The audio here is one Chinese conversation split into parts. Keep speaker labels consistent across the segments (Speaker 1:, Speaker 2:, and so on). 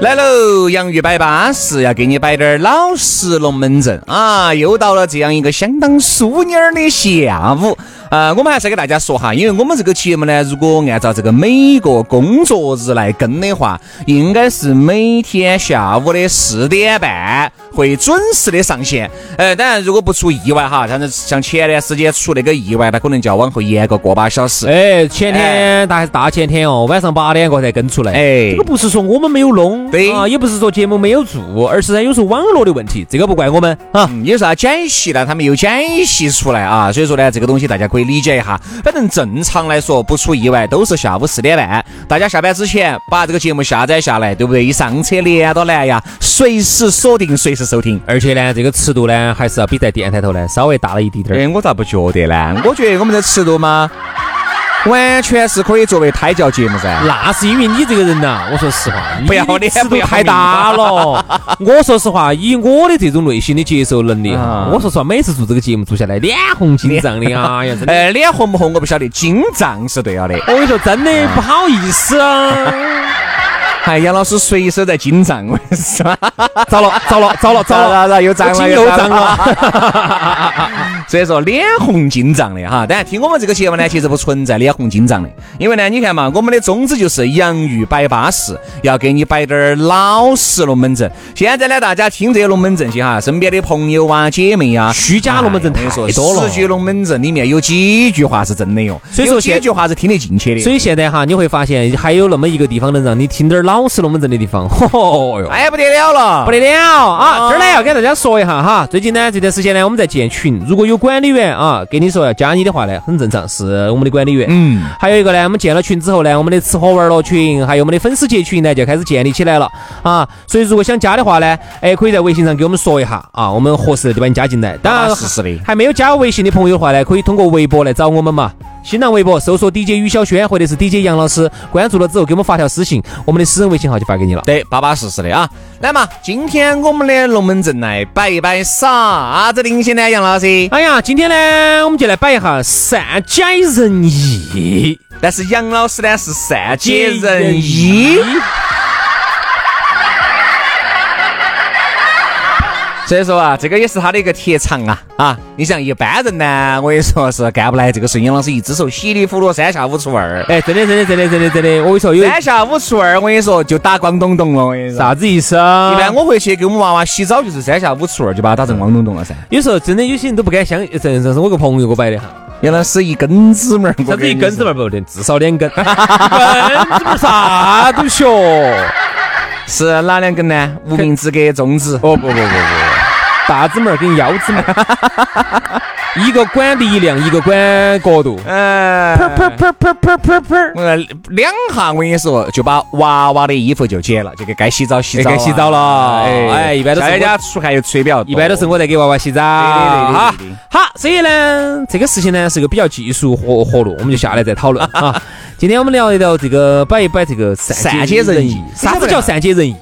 Speaker 1: 来喽，洋芋摆巴士，要给你摆点儿老实龙门阵啊！又到了这样一个相当淑女儿的下午啊、我们还是要给大家说哈，因为我们这个节目呢，如果按照这个每个工作日来更的话，应该是每天下午的四点半会准时的上线。呃，当然如果不出意外哈，像是像前段时间出那个意外，它可能就要往后延个个把小时。
Speaker 2: 哎，前天大还是大前天哦，晚上八点过才更出来。
Speaker 1: 哎
Speaker 2: 这个不是说我们没有弄，
Speaker 1: 对
Speaker 2: 啊，也不是说节目没有做，而是呢有时候网络的问题，这个不怪我们啊。
Speaker 1: 嗯有啥解析呢？他们有解析出来啊，所以说呢，这个东西大家可以理解一下。反正正常来说，不出意外都是下午四点半，大家下班之前把这个节目下载下来，对不对？一上车连到蓝牙，随时锁定，随时收听。
Speaker 2: 而且呢，这个尺度呢，还是要比在电台头呢稍微大了一滴点儿。
Speaker 1: 哎，我咋不觉得呢？我觉得我们这尺度嘛，完全是可以作为胎教节目噻。
Speaker 2: 那是因为你这个人呐、我说实话，
Speaker 1: 不要脸
Speaker 2: 你的尺
Speaker 1: 不
Speaker 2: 度
Speaker 1: 要
Speaker 2: 太大
Speaker 1: 命
Speaker 2: 了。我说实话，以我的这种内心的接受能力
Speaker 1: 啊
Speaker 2: 啊，我说实话，每次做这个节目做下来，脸红心胀的 啊，哎呀，真的。
Speaker 1: 呃，脸红不红我不晓得，金胀是对了的。
Speaker 2: 我跟你说，真的不好意思 啊。
Speaker 1: 哎，杨老师随手在金胀，我跟你 说。
Speaker 2: 糟了，糟了，糟了， 糟了，
Speaker 1: 了，又
Speaker 2: 我筋又脏了。
Speaker 1: 所以说脸红筋胀的哈，当然听我们这个节目呢，其实不存在脸红筋胀的，因为呢，你看嘛，我们的宗旨就是洋芋摆巴适，要给你摆点儿老实龙门阵。现在呢，大家听这些龙门阵些哈，身边的朋友啊、姐妹啊，
Speaker 2: 虚假龙门阵太多了
Speaker 1: 十句龙门阵里面有几句话是真的哟，
Speaker 2: 所以说
Speaker 1: 有几
Speaker 2: 现
Speaker 1: 句话是听得进去的。
Speaker 2: 所以现在哈，你会发现还有那么一个地方能让你听点儿老实龙门阵的地方， 嚯嚯哟！
Speaker 1: 哎，不得了了，
Speaker 2: 不得了啊！这儿呢要给大家说一下哈，最近呢这段时间呢我们在建群，如果有管理员啊跟你说要加你的话呢，很正常，是我们的管理员。
Speaker 1: 嗯，
Speaker 2: 还有一个呢，我们建了群之后呢，我们的吃喝玩乐群，还有我们的粉丝节群呢，就开始建立起来了啊。所以如果想加的话呢，哎，可以在微信上给我们说一下啊，我们合适的就把你加进来。当
Speaker 1: 巴
Speaker 2: 然，
Speaker 1: 巴适适的
Speaker 2: 还没有加微信的朋友的话呢，可以通过微博来找我们嘛。新浪微博搜索 DJ 于小轩或者是 DJ 杨老师，关注了之后给我们发条私信，我们的私人微信号就发给你了。
Speaker 1: 对，巴巴适适的啊。来嘛，今天我们的龙门阵来摆一摆啥子东西呢？杨老师，
Speaker 2: 哎呀，今天呢，我们就来摆一下善解人意，
Speaker 1: 但是杨老师呢是善解人意，所以说啊，这个也是他的一个特长啊啊！你像一般人呢，我也说是干不来这个事。杨老师一只手稀里糊涂三下五除二，
Speaker 2: 哎，真的，真的，真的，真的，真的，我跟你说，有
Speaker 1: 三下五除二，我跟你说就打光东东了，我跟你说。
Speaker 2: 啥子意思啊？
Speaker 1: 一般我回去给我们娃娃洗澡就是三下五除二就把它打成光东东了噻。
Speaker 2: 有时候真的有些人都不敢相信，真真是我个朋友给我摆的哈，
Speaker 1: 杨老师一根指拇儿，我
Speaker 2: 啥子
Speaker 1: 跟
Speaker 2: 一
Speaker 1: 你
Speaker 2: 根子
Speaker 1: 说
Speaker 2: 嘛不对，至少两根， 根子嘛啥都学。
Speaker 1: 是哪两根呢？无名指跟中指。
Speaker 2: 哦不不不不，大指拇儿跟腰指拇儿， 一个管力量，一个管角度。
Speaker 1: 嗯，呃，两下我跟你说，就把娃娃的衣服就解了，就给该洗澡洗澡啊，
Speaker 2: 哎该洗澡了
Speaker 1: 哎，
Speaker 2: 哎一般都是
Speaker 1: 大家出汗又吹比较多，
Speaker 2: 一般都是我在给娃娃洗澡啊
Speaker 1: 对对对对对。
Speaker 2: 好，所以呢，这个事情呢是个比较技术活活路，我们就下来再 讨论啊。今天我们聊一聊这个摆一摆这个
Speaker 1: 善
Speaker 2: 善
Speaker 1: 解
Speaker 2: 解
Speaker 1: 人
Speaker 2: 人
Speaker 1: 意
Speaker 2: 意，啥子叫善解人意？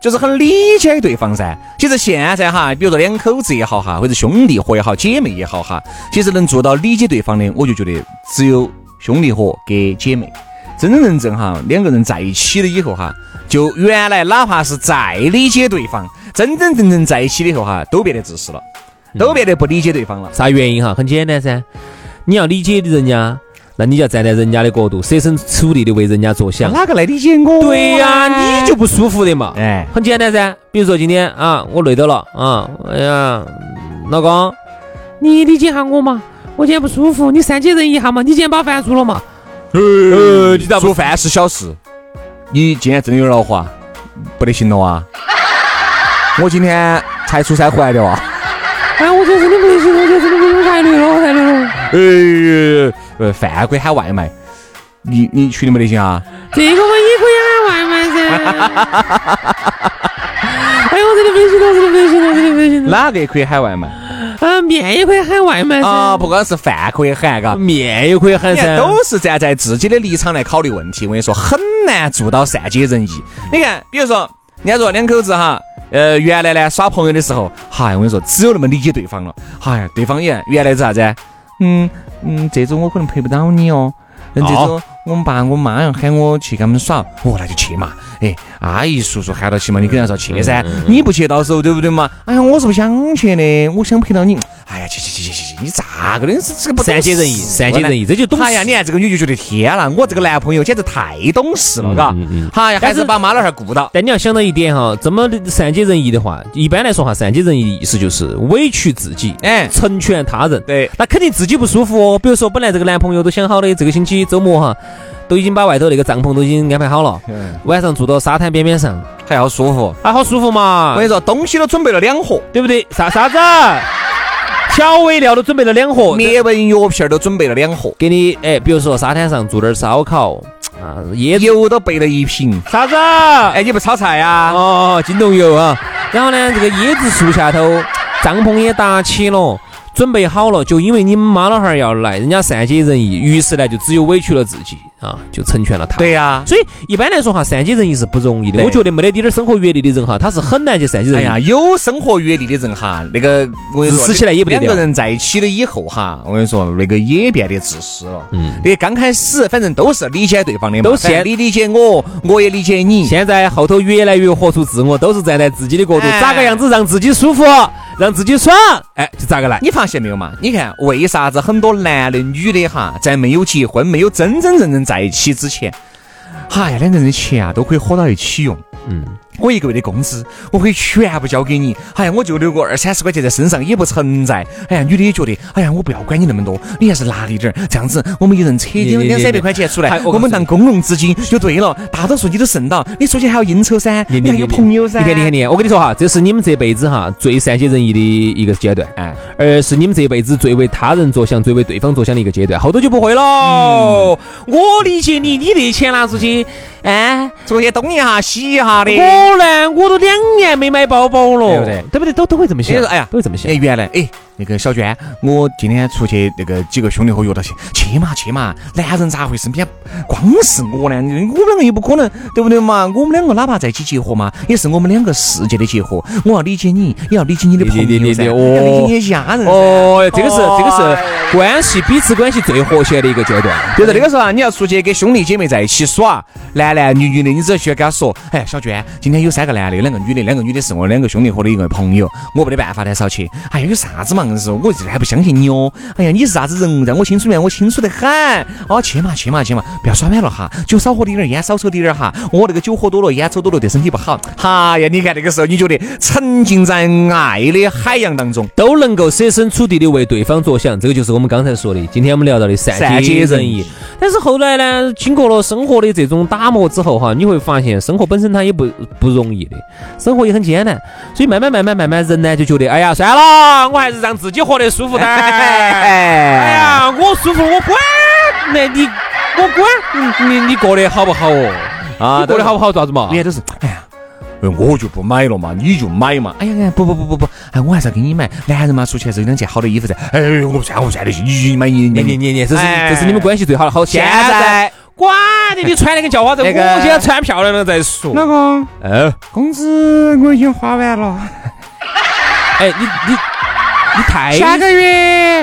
Speaker 1: 就是很理解对方噻。其实现在哈，比如说两口子也好哈，或者兄弟伙也好，姐妹也好哈，其实能做到理解对方的，我就觉得只有兄弟伙跟姐妹。真真正哈，两个人在一起了以后哈，就原来哪怕是再理解对方，真真正正在一起了以后哈，都变得自私了，都
Speaker 2: 嗯
Speaker 1: 变得不理解对方了。
Speaker 2: 啥原因哈？很简单噻，你要理解人家，那你就要站在人家的角度，设身处地的为人家着想。
Speaker 1: 哪个来理解我？
Speaker 2: 对呀、你就不舒服的嘛。
Speaker 1: 哎，
Speaker 2: 很简单噻，比如说今天啊，我累到了啊，哎呀，老公，你理解下我嘛，我今天不舒服，你善解人意一下嘛，你今天把饭做了嘛。
Speaker 1: 呃，你咋做饭是小事？你今天真的有点恼火啊，不得行了哇！我今天才出差回来的哇，
Speaker 2: 哎，我这真的不得行，我这真的不行，我太累了，我太累了。
Speaker 1: 哎，呃，饭可以喊外卖，你你去的没得行啊？
Speaker 2: 这个我也可以喊外卖噻。哎呦，我真的不得行了，我真的不得行了，我真的不得行了。
Speaker 1: 哪个也可以喊外卖
Speaker 2: 啊，面也可以喊外卖噻。
Speaker 1: 啊？不光是饭可以喊，嘎。
Speaker 2: 面也可以喊
Speaker 1: 你看，
Speaker 2: 噻。
Speaker 1: 都是站在自己的立场来考虑问题。我跟你说，很难做到善解人意。你看，比如说，人家说两口子哈，呃，原来呢耍朋友的时候，嗨，我跟你说，只有那么理解对方了。哎呀，对方也原来是啥子？嗯嗯，这周我可能陪不到你哦。嗯，这周我们爸我妈要喊我去跟他们耍，哦，那就去嘛。哎，阿姨叔叔喊到起嘛，你肯定要去
Speaker 2: 嗯
Speaker 1: 噻。你不去，到时候对不对嘛？哎呀，我是不想去的，我想陪到你。哎呀，去去去去去去，你咋个的？是这个不懂
Speaker 2: 善解人意，
Speaker 1: 事
Speaker 2: 善解
Speaker 1: 呢
Speaker 2: 人意，这就懂事。
Speaker 1: 哎呀，你看这个女就觉得天啦，我这个男朋友简直太懂事了，嘎、哎呀，
Speaker 2: 嗯但
Speaker 1: 还
Speaker 2: 是
Speaker 1: 是把妈老汉儿顾到。
Speaker 2: 但你要想到一点哈，这么善解人意的话，一般来说哈，善解人意意思就是委屈自己，
Speaker 1: 哎
Speaker 2: 成全他人。
Speaker 1: 对
Speaker 2: 那肯定自己不舒服哦。比如说，本来这个男朋友都想好的，这个星期周末哈，都已经把外头那个帐篷都已经安排好了，
Speaker 1: 嗯，
Speaker 2: 晚上住到沙滩边边上，
Speaker 1: 还要舒服。
Speaker 2: 啊，好哦舒服嘛
Speaker 1: 我跟，你说，东西都准备了两盒，
Speaker 2: 对不对？啥啥子？调味料都准备了两盒，
Speaker 1: 灭蚊药片儿都准备了两盒，
Speaker 2: 给你哎，比如说沙滩上做点烧烤啊，椰子
Speaker 1: 油都备了一瓶。
Speaker 2: 啥子？
Speaker 1: 哎，你不炒菜呀、
Speaker 2: 哦，金龙油啊。然后呢，这个椰子树下头帐篷也搭起了，准备好了。就因为你们妈老汉儿要来，人家善解人意，于是呢就只有委屈了自己啊，就成全了他。
Speaker 1: 对。呀、
Speaker 2: 所以一般来说哈，善解人意是不容易的。
Speaker 1: 对
Speaker 2: 我觉得没得滴点儿生活阅历的人哈，他是很难去善解人
Speaker 1: 哎
Speaker 2: 意。
Speaker 1: 呀，有生活阅历的人哈，那个我跟你说，
Speaker 2: 自私起来也不得了啊
Speaker 1: 两个人在一起了以后哈，我跟你说，那个也变得自私了。
Speaker 2: 嗯
Speaker 1: 嗯，你刚开始反正都是理解对方的嘛，
Speaker 2: 都是
Speaker 1: 反正你理解我，我也理解你。
Speaker 2: 现在后头越来越活出自我，都是站在自己的角度，
Speaker 1: 哎
Speaker 2: 咋个样子让自己舒服，让自己爽，哎，就咋个来。
Speaker 1: 你发现没有嘛？你看为啥子很多男的、女的哈，在没有结婚、没有真真正正在一起之前，哎呀，两个人的钱啊都可以伙到一起用。
Speaker 2: 嗯
Speaker 1: 嗯，我一个月的工资，我可以全部交给你。哎呀，我就留个二三十块钱在身上也不存在。哎呀，女的也觉得，哎呀，我不要管你那么多，你还是拿力点儿，这样子我们一人扯
Speaker 2: 你
Speaker 1: 点
Speaker 2: 你
Speaker 1: 两三
Speaker 2: 你
Speaker 1: 百块钱出
Speaker 2: 还
Speaker 1: 来，
Speaker 2: 我告
Speaker 1: 我们
Speaker 2: 诉
Speaker 1: 当公共资金就对了。大多数你都剩到，你出去还要应酬噻，你还有朋友噻。
Speaker 2: 你看，你看，你看，我跟你说哈，这是你们这辈子哈最善解人意的一个阶段，
Speaker 1: 哎，
Speaker 2: 而是你们这辈子最为他人着想、最为对方着想的一个阶段，后头就不会喽。我理解你，你那钱拿出去，哎，
Speaker 1: 出去东一下西一下的。
Speaker 2: 我呢，我都两年没买包包了，
Speaker 1: 对不对？
Speaker 2: 对不对？都都会这么想
Speaker 1: 你说，哎呀
Speaker 2: 都会这么想
Speaker 1: 哎，。原来哎，那个小娟，我今天出去那个几个兄弟伙约到去，去嘛去嘛，男人咋会身边光是我呢？我们两个也不可能，对不对嘛？我们两个哪怕在一起结合嘛，也是我们两个世界的结合。我要理解你，也要理解你的
Speaker 2: 理解
Speaker 1: 朋友噻，
Speaker 2: 理解理解
Speaker 1: 要
Speaker 2: 哦
Speaker 1: 理解你的家人噻。
Speaker 2: 哦，这个是这个
Speaker 1: 哎
Speaker 2: 是关系彼此关系最和谐的一个阶段。
Speaker 1: 就是那个时候啊，你要出去跟兄弟姐妹在一起耍，男男女女的，你只要去跟他说，哎，小娟，今天有三个男的，两个女的，两个女的是我两个兄弟伙的一个朋友，我没得办法的，少去。哎呀，有啥子嘛？硬是我这还不相信你哦。哎呀，你是啥子人？让我清楚点，我清楚得很。哦，去嘛去嘛去嘛，不要耍满了哈，酒少喝点儿，烟少抽点儿哈。我那个酒喝多了，烟抽多了，对身体不好。哈呀，你看那个时候，你觉得沉浸在爱的海洋当中。
Speaker 2: 都能够设身处地的为对方着想，这个就是我们刚才说的，今天我们聊到的善
Speaker 1: 善
Speaker 2: 解
Speaker 1: 解
Speaker 2: 人
Speaker 1: 人
Speaker 2: 意
Speaker 1: 意。
Speaker 2: 但是后来呢，经过了生活的这种打磨之后哈，你会发现生活本身它也不不容易的，生活也很艰难，所以慢慢慢慢慢慢人呢就觉得，哎呀，算了，我还是让自己活得舒服点儿。 哎呀，我舒服，我管那你，我管嗯你你过得好不好哦？
Speaker 1: 啊
Speaker 2: 你过得好不好做啥子嘛
Speaker 1: 人？家都是，哎呀，呃我就不买了嘛，你就买嘛。哎呀，哎不不不不不，哎，我还是要给你买。男人嘛，出去还是有两件好的衣服噻。哎，我不穿，我不穿得起，你买你
Speaker 2: 你
Speaker 1: 买
Speaker 2: 你
Speaker 1: 你。
Speaker 2: 你你，这是
Speaker 1: 哎
Speaker 2: 这是你们关系最好的。好，现在管得你穿得跟叫花子，我
Speaker 1: 那个
Speaker 2: 先穿漂亮了再说。
Speaker 3: 老公，
Speaker 2: 哦，
Speaker 3: 工资我已经花完了，
Speaker 2: 哎，你你你太
Speaker 3: 下个月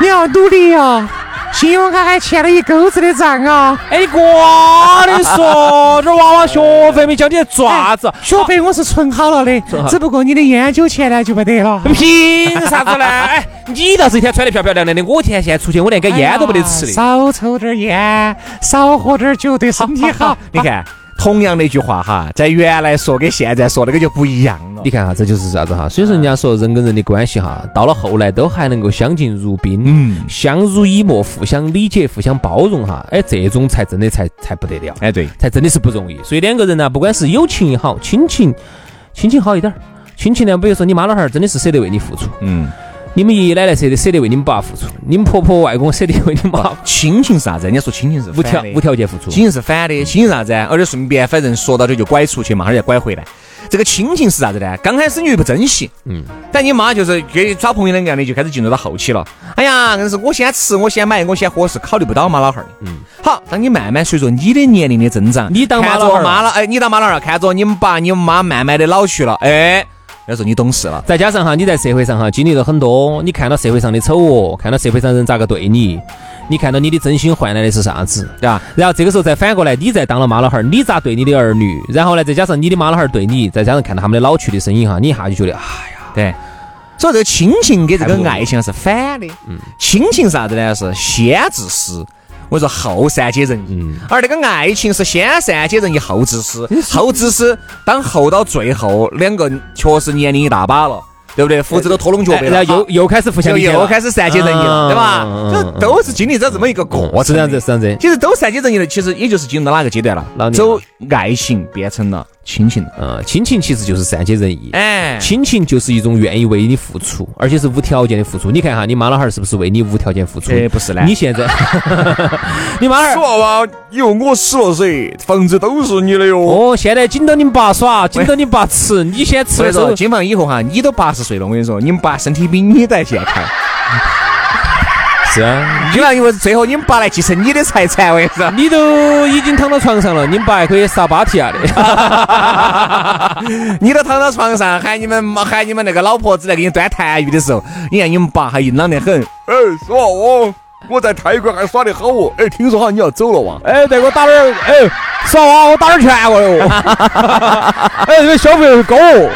Speaker 3: 你要努力哦。信用卡还欠了一钩子的账啊！
Speaker 2: 哎，你瓜的说，这娃娃学费没交，你在做啥子？
Speaker 3: 学费哎我是存好了的
Speaker 2: 存好，
Speaker 3: 只不过你的烟酒钱呢就没得了。
Speaker 2: 哎凭啥子呢？哎，你倒是一天穿得漂漂亮亮的，我一天现在出去，我连根烟都没得吃
Speaker 3: 哎呀少
Speaker 2: 的。
Speaker 3: 抽点烟，少喝点酒，对身体好
Speaker 1: 。你看，同样的一句话哈，在原来说跟现在说那个就不一样了
Speaker 2: 你。看啊哈，这就是啥子哈？所以说人家说人跟人的关系哈，到了后来都还能够相敬如宾，
Speaker 1: 嗯
Speaker 2: 相濡以沫，互相理解，互相包容哈，哎，这种才真的才才不得了。
Speaker 1: 哎，对，
Speaker 2: 才真的是不容易。所以两个人呢，不管是友情也好，亲情，亲情好一点儿。亲情呢，比如说你妈老汉儿真的是舍得为你付出，
Speaker 1: 嗯，
Speaker 2: 你们爷爷奶奶舍得舍得为你们爸付出，你们婆婆外公舍得为你们妈
Speaker 1: 亲情是啥子？人家说亲情是
Speaker 2: 无条
Speaker 1: 反的
Speaker 2: 无条件付出。
Speaker 1: 亲情是反的，亲情是啥子啊？而且顺便反正说到这就拐出去嘛，马上就拐回来。这个亲情是啥子呢？刚开始你又不珍惜，嗯，但你妈就是跟耍朋友两个样的，就开始进入到后期了。哎呀，硬是我先吃，我先买，我先喝，是考虑不到妈老汉儿的。嗯，好，当你慢慢随着你的年龄的增长，
Speaker 2: 你当妈
Speaker 1: 看
Speaker 2: 老汉儿
Speaker 1: 着
Speaker 2: 了
Speaker 1: 妈了，哎，你当妈老汉儿，看着你们爸、你们妈慢慢的老去了，哎，那时候你懂事了。
Speaker 2: 再加上哈，你在社会上哈经历了很多，你看到社会上的丑恶，看到社会上人咋个对你，你看到你的真心换来的是啥子，
Speaker 1: 对吧？
Speaker 2: 然后这个时候再反过来，你再当了妈老汉儿，你咋对你的儿女？然后呢，再加上你的妈老汉儿对你，再加上看到他们的老去的身影哈，你一下就觉得，哎呀，
Speaker 1: 对，所以这个亲情跟这个爱情是反的。
Speaker 2: 嗯
Speaker 1: 亲情是啥子呢？是先自私。我说后善解人意，
Speaker 2: 嗯
Speaker 1: 而那个爱情是先善解人意后自
Speaker 2: 哎
Speaker 1: 私，后自私当后到最后两个确实年龄一大把了，对不对？胡子都拖拢脚
Speaker 2: 哎
Speaker 1: 背了，
Speaker 2: 然后又又开始互相
Speaker 1: 就
Speaker 2: 理解了
Speaker 1: 又开始善解人意
Speaker 2: 嗯
Speaker 1: 了，对吧？就都是经历着这么一个过程
Speaker 2: 是这
Speaker 1: 的。
Speaker 2: 样子，是这样子。
Speaker 1: 其实都善解人意了，其实也就是进入到哪个阶段
Speaker 2: 老
Speaker 1: 了？
Speaker 2: 年
Speaker 1: 走爱情变成了亲情了。
Speaker 2: 嗯，亲情其实就是善解人意。
Speaker 1: 哎，
Speaker 2: 亲情就是一种愿意为你付出，而且是无条件的付出。你看哈，你妈老汉儿是不是为你无条件付出？
Speaker 1: 哎不是呢
Speaker 2: 你现在， 你妈老汉儿。
Speaker 1: 说哇，以后我死了噻，房子都是你的哟。
Speaker 2: 哦，现在紧到你们爸耍，紧到你爸吃，你先吃
Speaker 1: 所以
Speaker 2: 了
Speaker 1: 说，
Speaker 2: 走。
Speaker 1: 金房以后哈，你都八十岁了，我跟你说，你们爸身体比你都还健 康。
Speaker 2: 是啊，
Speaker 1: 金房以后最后你们爸来继承你的财产，我跟你说。
Speaker 2: 你都已经躺到床上了，你们爸还可以撒芭提雅的。
Speaker 1: 你都躺到床上喊你们妈喊你们那个老婆子来给你端痰盂的时候，你看你们爸还硬朗得很。哎，是吧？我我在泰国还耍得好哦。哎，听说哈你要走了哇？
Speaker 2: 哎，对，我打点儿，哎，耍娃我打点拳我 哟。哎，这个消费高哦。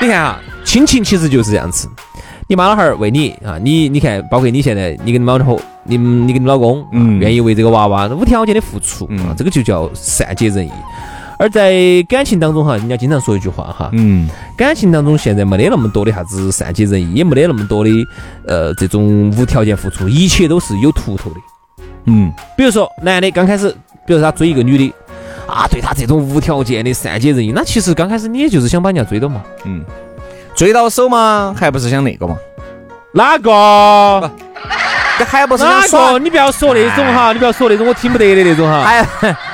Speaker 2: 你看啊，亲情其实就是这样子。你妈老汉儿为你啊，你你看，包括你现在，你跟你老婆，你你跟你老公，啊
Speaker 1: 嗯
Speaker 2: 愿意为这个娃娃无条件的付出，
Speaker 1: 嗯
Speaker 2: 啊，这个就叫善解人意。而在感情当中哈，人家经常说一句话哈，
Speaker 1: 嗯，
Speaker 2: 感情当中现在没得那么多的啥子善解人意，也没得那么多的呃这种无条件付出，一切都是有图头的。
Speaker 1: 嗯，
Speaker 2: 比如说男的刚开始，比如说他追一个女的，啊，对他这种无条件的善解人意，那其实刚开始你也就是想把人家追到嘛。
Speaker 1: 嗯追到手嘛，还不是想那个嘛？
Speaker 2: 哪个？
Speaker 1: 这还不是想
Speaker 2: 哪
Speaker 1: 耍
Speaker 2: 个？你不要说那种哈，你不要说那种我听不得的那种哈。
Speaker 1: 还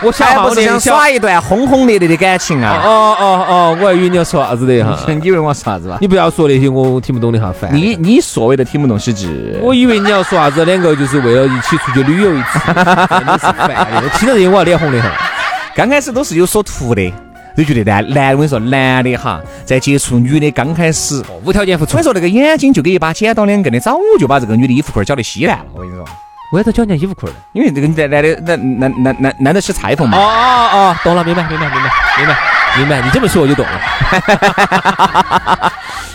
Speaker 2: 我想
Speaker 1: 还
Speaker 2: 好
Speaker 1: 哎不是
Speaker 2: 年
Speaker 1: 想
Speaker 2: 龄小。
Speaker 1: 耍一段轰轰烈烈的感情
Speaker 2: 哦
Speaker 1: 啊？
Speaker 2: 哦哦哦，我还以为你要说啥子的哈。
Speaker 1: 你以为我说啥子吧？
Speaker 2: 你不要说那些我听不懂的哈，烦。
Speaker 1: 啊你你所谓的听不懂是指
Speaker 2: 我以为你要说啥子，两个就是为了一起出去旅游一次， 真的是烦的。我听到这些我要脸红的很。
Speaker 1: 刚开始都是有所图的，就觉得男男，我跟你说，男的哈，在接触女的刚开始，我
Speaker 2: 哦无条件付出
Speaker 1: 跟你。说那个眼睛就跟一把剪刀两根的，早就把这个女的衣服裤儿绞得稀烂了。我跟你说，
Speaker 2: 为啥子叫人家衣服裤儿呢？
Speaker 1: 因为这个男男的男男男男男的吃裁缝
Speaker 2: 哦
Speaker 1: 嘛，
Speaker 2: 哦哦，懂了，明白明白明白明白明白，你这么说我就懂了。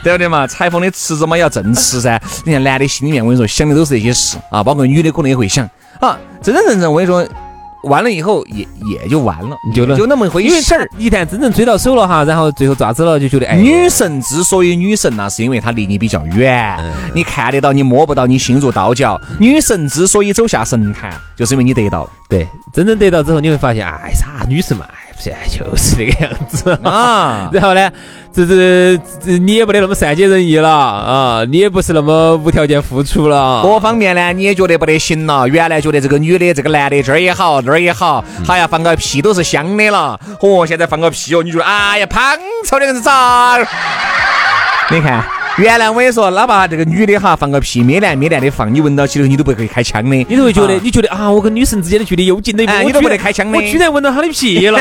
Speaker 1: 对不对嘛？裁缝的吃着嘛要正吃噻。人家男的心里面，我跟你说，想的都是这些事啊，包括女的可能也会想啊，真真正正我跟你说，完了以后也也就完了，
Speaker 2: 你就能
Speaker 1: 就那么回
Speaker 2: 因为
Speaker 1: 事儿。
Speaker 2: 一旦真正追到手了哈，然后最后咋子了，就觉得哎，
Speaker 1: 女神之所以女神呐、是因为她离你比较远，你看得到，你摸不到，你心如刀绞。女神之所以走下神坛，就是因为你得到了
Speaker 2: 对，真正得到之后你会发现，哎，啥女神嘛，哎，不是，哎就是这个样子。
Speaker 1: 啊。
Speaker 2: 然后呢，这这这你也不得那么善解人意了啊，你也不是那么无条件付出了。
Speaker 1: 各方面呢，你也觉得不得行了。原来觉得这个女的、这个男的这儿也好，那儿也好，哎呀，放个屁都是香的了。哦，现在放个屁哦，你觉得哎呀，胖臭的人是咋？你看，原来我跟你说，哪怕这个女的哈放个屁，咩烂咩烂的放，你闻到起头你都不会开腔的，
Speaker 2: 你都会觉得，
Speaker 1: 啊
Speaker 2: 你觉得啊，我跟女神之间的距离又近了一步，
Speaker 1: 哎
Speaker 2: 我
Speaker 1: 你都
Speaker 2: 居
Speaker 1: 不
Speaker 2: 然
Speaker 1: 得开枪的
Speaker 2: 我居然闻到她的屁 了，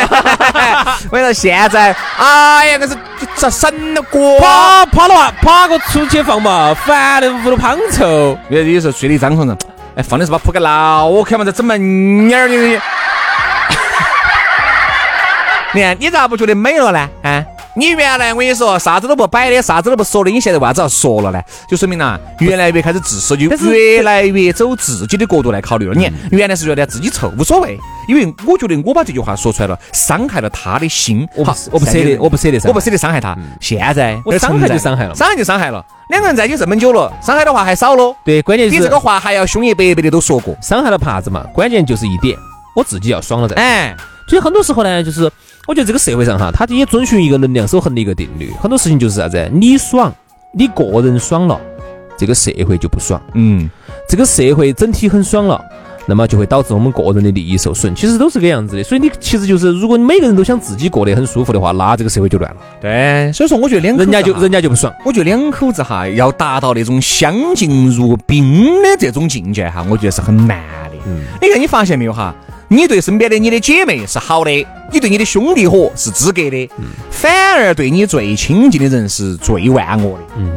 Speaker 1: 我跟你说，现在，哎呀，硬是这神了哥。
Speaker 2: 啪啪的话，啪个出去放嘛，烦的屋头胖臭。
Speaker 1: 有有时候睡的一张床上，哎，放的是把铺个脑壳嘛，这整门眼儿的。 你看，你咋不觉得美了呢？啊，你原来我跟你说啥子都不摆的，啥子都不说的，你现在为啥子要说了呢？就说明啦，越来越开始自私，就
Speaker 2: 但是嗯
Speaker 1: 越来越走自己的角度来考虑了。你看，原来是觉得自己臭无所谓，因为我觉得我把这句话说出来了，伤害了他的心。
Speaker 2: 我不
Speaker 1: 好
Speaker 2: 我不舍得
Speaker 1: 善解
Speaker 2: 我不舍得伤害嗯
Speaker 1: 我不舍得伤害他。现在
Speaker 2: 我伤害就伤害了嘛
Speaker 1: 伤害就伤害了。两个人在一起这么久了，伤害的话还少喽。
Speaker 2: 对，关键
Speaker 1: 比
Speaker 2: 是
Speaker 1: 这个话还要凶一百倍的都说过。
Speaker 2: 伤害了怕子嘛，关键就是一点，我自己要爽了再。
Speaker 1: 哎，
Speaker 2: 所以很多时候呢，就是我觉得这个社会上哈，它也遵循一个能量守恒的一个定律，很多事情就是啥子，你爽，你个人爽了，这个社会就不爽。
Speaker 1: 嗯，
Speaker 2: 这个社会整体很爽了，那么就会导致我们个人的利益受损，其实都是这个样子的。所以你其实就是，如果你每个人都想自己过得很舒服的话，那这个社会就乱了，
Speaker 1: 对，所以说我觉得两口
Speaker 2: 人家就
Speaker 1: 子哈
Speaker 2: 人家就不爽。
Speaker 1: 我觉得两口子哈要达到那种相敬如宾的这种境界哈，我觉得是很难的。你看，你发现没有哈？你对身边的你的姐妹是好的，你对你的兄弟伙是资格的，反而对你最亲近的人是最万恶的。
Speaker 2: 嗯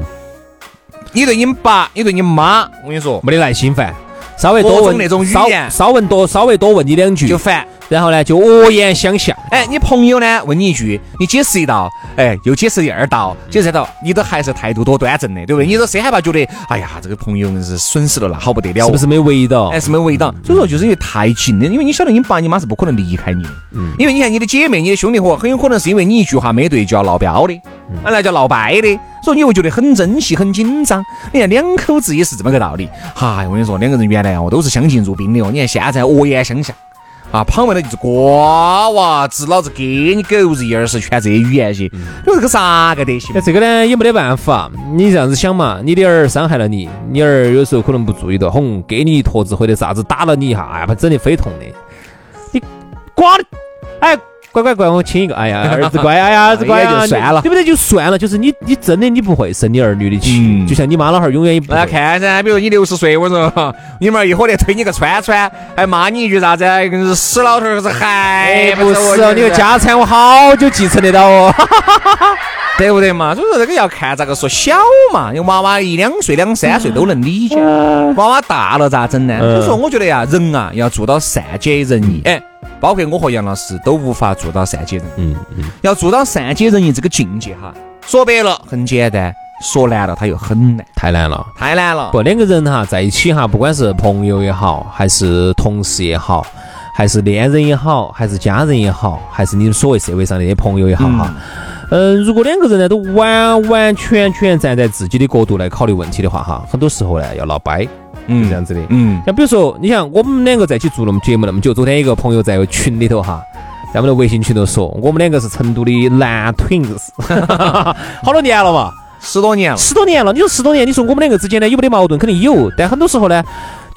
Speaker 1: 你对你爸，你对你妈，我跟你说，
Speaker 2: 没得耐心烦，稍微多
Speaker 1: 各种
Speaker 2: 问
Speaker 1: 那种语
Speaker 2: 稍
Speaker 1: 言
Speaker 2: 稍问多稍微多问你两句
Speaker 1: 就，烦。
Speaker 2: 然后呢就恶言相向。
Speaker 1: 哎，你朋友呢？问你一句，你解释一道，哎，又解释第二道，解释三道，你都还是态度多端正的，对不对？你都谁害怕觉得，哎呀，这个朋友硬是损失了，那好不得了哦
Speaker 2: 是不。是没围到？
Speaker 1: 哎，是没有围挡。所以说，就是因为太近了，因为你晓得你爸你妈是不可能离开你的，因为你看你的姐妹、你的兄弟伙，很有可能是因为你一句话没对就要闹标的，啊，那叫闹掰的，所以你会觉得很珍惜、很紧张。你看两口子也是这么个道理。嗨，我跟你说，两个人原来哦都是相敬如宾的哦，你看现在恶言相向。啊，旁边的就是瓜娃子，老子给你狗日一耳屎，全这些语言些，你说这个啥个德行
Speaker 2: 哎那？这个呢也没得办法，你这样子想嘛，你的儿伤害了你，你儿有时候可能不注意到，哄给你一坨子或者啥子打了你一下，哎，把整得非痛的，你瓜的，哎。乖乖乖，我亲一个！哎 呀，儿子乖，哎呀，儿子乖
Speaker 1: 也
Speaker 2: 呀，
Speaker 1: 就
Speaker 2: 你
Speaker 1: 算了
Speaker 2: 对不对？就算了，就是你，你真的你不会生你儿女的气，
Speaker 1: 嗯
Speaker 2: 就像你妈老汉儿永远也不
Speaker 1: 大家
Speaker 2: 会。
Speaker 1: 看噻，比如你六十岁，我说哈你们儿一伙的推你个川川，还骂你一句啥子？硬是死老头儿是还
Speaker 2: 不
Speaker 1: 走
Speaker 2: 是哦，你个，家产我好久继承得到哦。
Speaker 1: 对不对嘛？所以说这个要看咋个说小嘛，你娃娃一两岁、两三岁都能理解，
Speaker 2: 嗯
Speaker 1: 娃娃大了咋整呢？所以说我觉得呀，人啊要做到善解人意，哎。包括我和杨老师都无法做到善解人意，
Speaker 2: 嗯，
Speaker 1: 要做到善解人意这个境界哈，说白了很简单，说难了它又很难，
Speaker 2: 太难了。
Speaker 1: 太难了。
Speaker 2: 不，两个人哈在一起哈，不管是朋友也好，还是同事也好，还是恋人也好，还是家人也好，还是你们所谓社会上那些朋友也好哈，嗯、如果两个人呢都完完全全站在自己的角度来考虑问题的话哈，很多时候呢要闹掰，
Speaker 1: 嗯
Speaker 2: 是这样子的。
Speaker 1: 嗯，
Speaker 2: 像比如说，你像我们两个在一起做那么节目那么久，昨天一个朋友在群里头哈，在我们的微信群头说，我们两个是成都的男 twins，好多年了嘛。
Speaker 1: 十多年了，
Speaker 2: 十多年了，你说十多年，你说我们两个之间呢有没得矛盾？肯定有，但很多时候呢，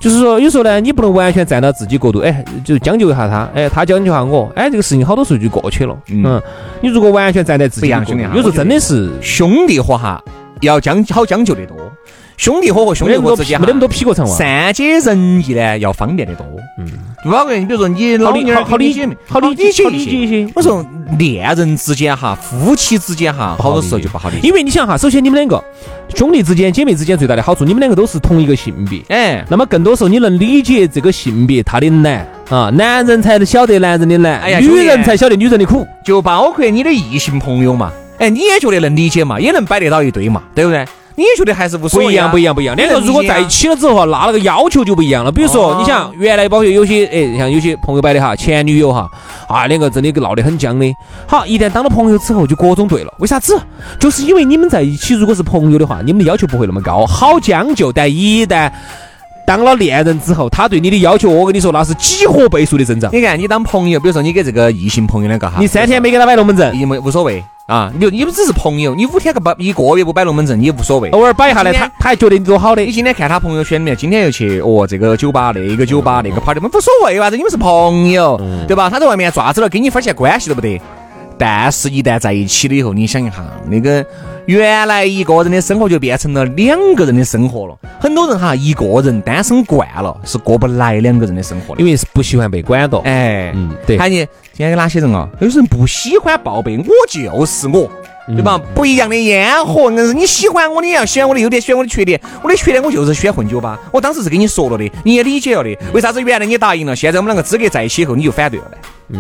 Speaker 2: 就是说有时候呢，你不能完全站到自己角度，哎，就将就一下他，哎，他将就一下我，哎，这个事情好多时候就过去了。
Speaker 1: 嗯
Speaker 2: 嗯，你如果完全站在自己
Speaker 1: 不一
Speaker 2: 的
Speaker 1: 样
Speaker 2: 角度，
Speaker 1: 兄弟啊
Speaker 2: 有时候真的是
Speaker 1: 兄弟伙哈，要将好将就得多。兄弟伙和兄
Speaker 2: 没
Speaker 1: 弟
Speaker 2: 那么
Speaker 1: 伙
Speaker 2: 多
Speaker 1: 之间
Speaker 2: 没
Speaker 1: 哈
Speaker 2: 那么多屁股长啊。
Speaker 1: 善解人意呢，要方便得多。嗯，包括你比如说你老
Speaker 2: 好理
Speaker 1: 娘儿
Speaker 2: 好好
Speaker 1: 跟你
Speaker 2: 理
Speaker 1: 姐妹
Speaker 2: 好理解
Speaker 1: 解
Speaker 2: 好理解一些
Speaker 1: 我说恋人之间哈，夫妻之间哈，好多时候就不好理解。
Speaker 2: 因为你想哈，首先你们两个兄弟之间、姐妹之间最大的好处，你们两个都是同一个性别。
Speaker 1: 哎，
Speaker 2: 那么更多时候，你能理解这个性别他的难啊，男人才晓得男人的难，
Speaker 1: 哎呀兄
Speaker 2: 女
Speaker 1: 弟
Speaker 2: 人才晓得女人的苦。
Speaker 1: 就包括你的异性朋友嘛，哎，你也觉得能理解嘛，也能摆得到一堆嘛，对不对？你也觉得还是无所
Speaker 2: 不
Speaker 1: 谓、啊
Speaker 2: 一样，不一。样，不一样。两个如果在一起了之后，那那个要求就不一样了。比如说
Speaker 1: 哦，
Speaker 2: 你像原来包括有些哎，像有些朋友摆的哈，前女友哈，啊，两个真的闹得很僵的。好，一旦当了朋友之后，就各种对了。为啥子？就是因为你们在一起，如果是朋友的话，你们的要求不会那么高，好将就。但一旦当了恋人之后，他对你的要求，我跟你说，那是几何倍数的增 长。
Speaker 1: 你看，你当朋友，比如说你给这个异性朋友两个哈，
Speaker 2: 你三天没给他摆龙门阵，
Speaker 1: 也没无所谓啊，你就你们只是朋友，你五天个摆一个月不摆龙门阵也无所谓。
Speaker 2: 偶尔摆一下来，
Speaker 1: 今
Speaker 2: 他
Speaker 1: 天
Speaker 2: 他还觉得你多好的
Speaker 1: 你。今天看他朋友圈里面，今天又去哦这个酒吧那个酒吧那个 party，无所谓哇，这你们是朋友，对吧？他在外面爪子了，跟你一分钱关系都不得。但是，一旦在一起了以后，你想一下，那个原来一个人的生活就变成了两个人的生活了。很多人哈，一个人单身惯了，是过不来两个人的生活的
Speaker 2: 因。为是不喜欢被管到。
Speaker 1: 哎，
Speaker 2: 嗯，对。
Speaker 1: 看你今天有哪些人啊？有些人不喜欢报备，我就是我，对吧？不一样的烟火，硬是你喜欢我的，你要喜欢我的优点，喜欢我的缺点。我的缺点我就是喜欢混酒吧，我当时是跟你说了的，你也理解了的。为啥子原来你答应了，现在我们两个资格在一起以后你就反对了呢？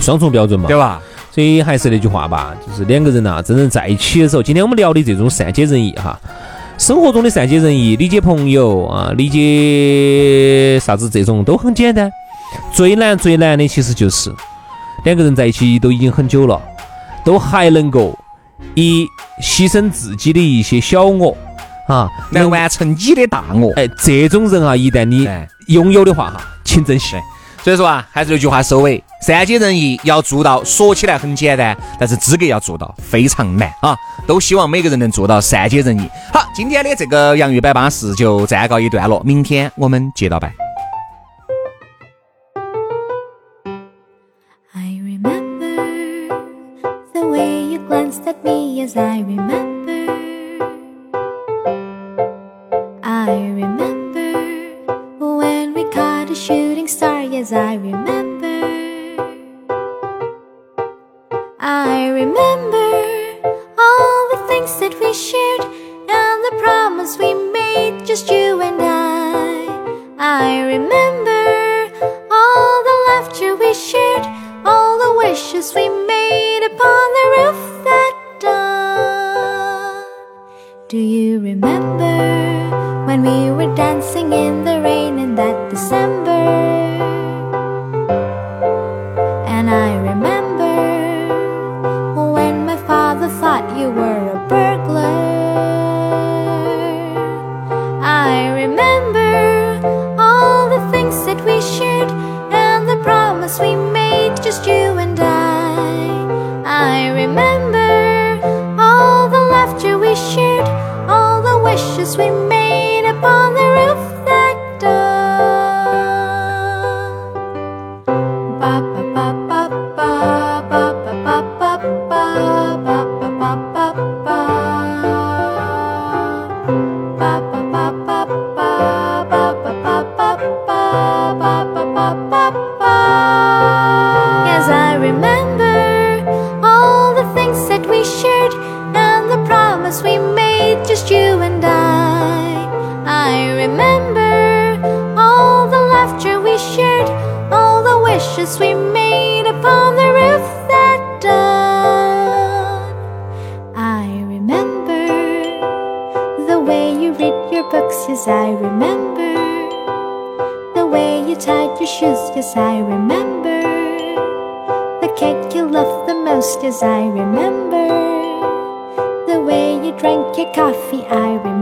Speaker 2: 双重标准嘛，
Speaker 1: 对吧？
Speaker 2: 所以还是那句话吧，就是两个人呐、真正在一起的时候，今天我们聊的这种善解人意哈，生活中的善解人意，理解朋友啊，理解啥子这种都很简单。最难最难的其实就是两个人在一起都已经很久了，都还能够以牺牲自己的一些小我啊，
Speaker 1: 来完成你的大我。
Speaker 2: 哎，这种人啊，一旦你
Speaker 1: 哎
Speaker 2: 拥有的话哈，请珍惜。
Speaker 1: 所以说啊，还是那句话收尾，善解人意要做到，说起来很简单，但是资格要做到非常难啊！都希望每个人能做到善解人意。好，今天的这个洋芋摆巴士就暂告一段落，明天我们接着摆。
Speaker 4: I remember the way you glanced at me as I remember. I remember when we caught a shooting star, yes, I remember. I remember all the things that we shared and the promise we made, just you and I. I remember all the laughter we shared, all the wishes we made upon the roof that dawn. Do you remember when we were dancing in the rain in that December? And I remember when my father thought you were a burglar. I remember all the things that we shared and the promise we made, just you and I. I remember all the laughter we shared, all the wishes we made upon the roof that dawn. Yes, I remember all the things that we shared and the promise we made, just you and I. I remember all the laughter we shared, all the wishes we made upon the roof that dawn. I remember the way you read your books, yes, I remember. The way you tied your shoes, yes, I remember. The cake you loved the most, yes, I remember. The way you drank your coffee, I remember.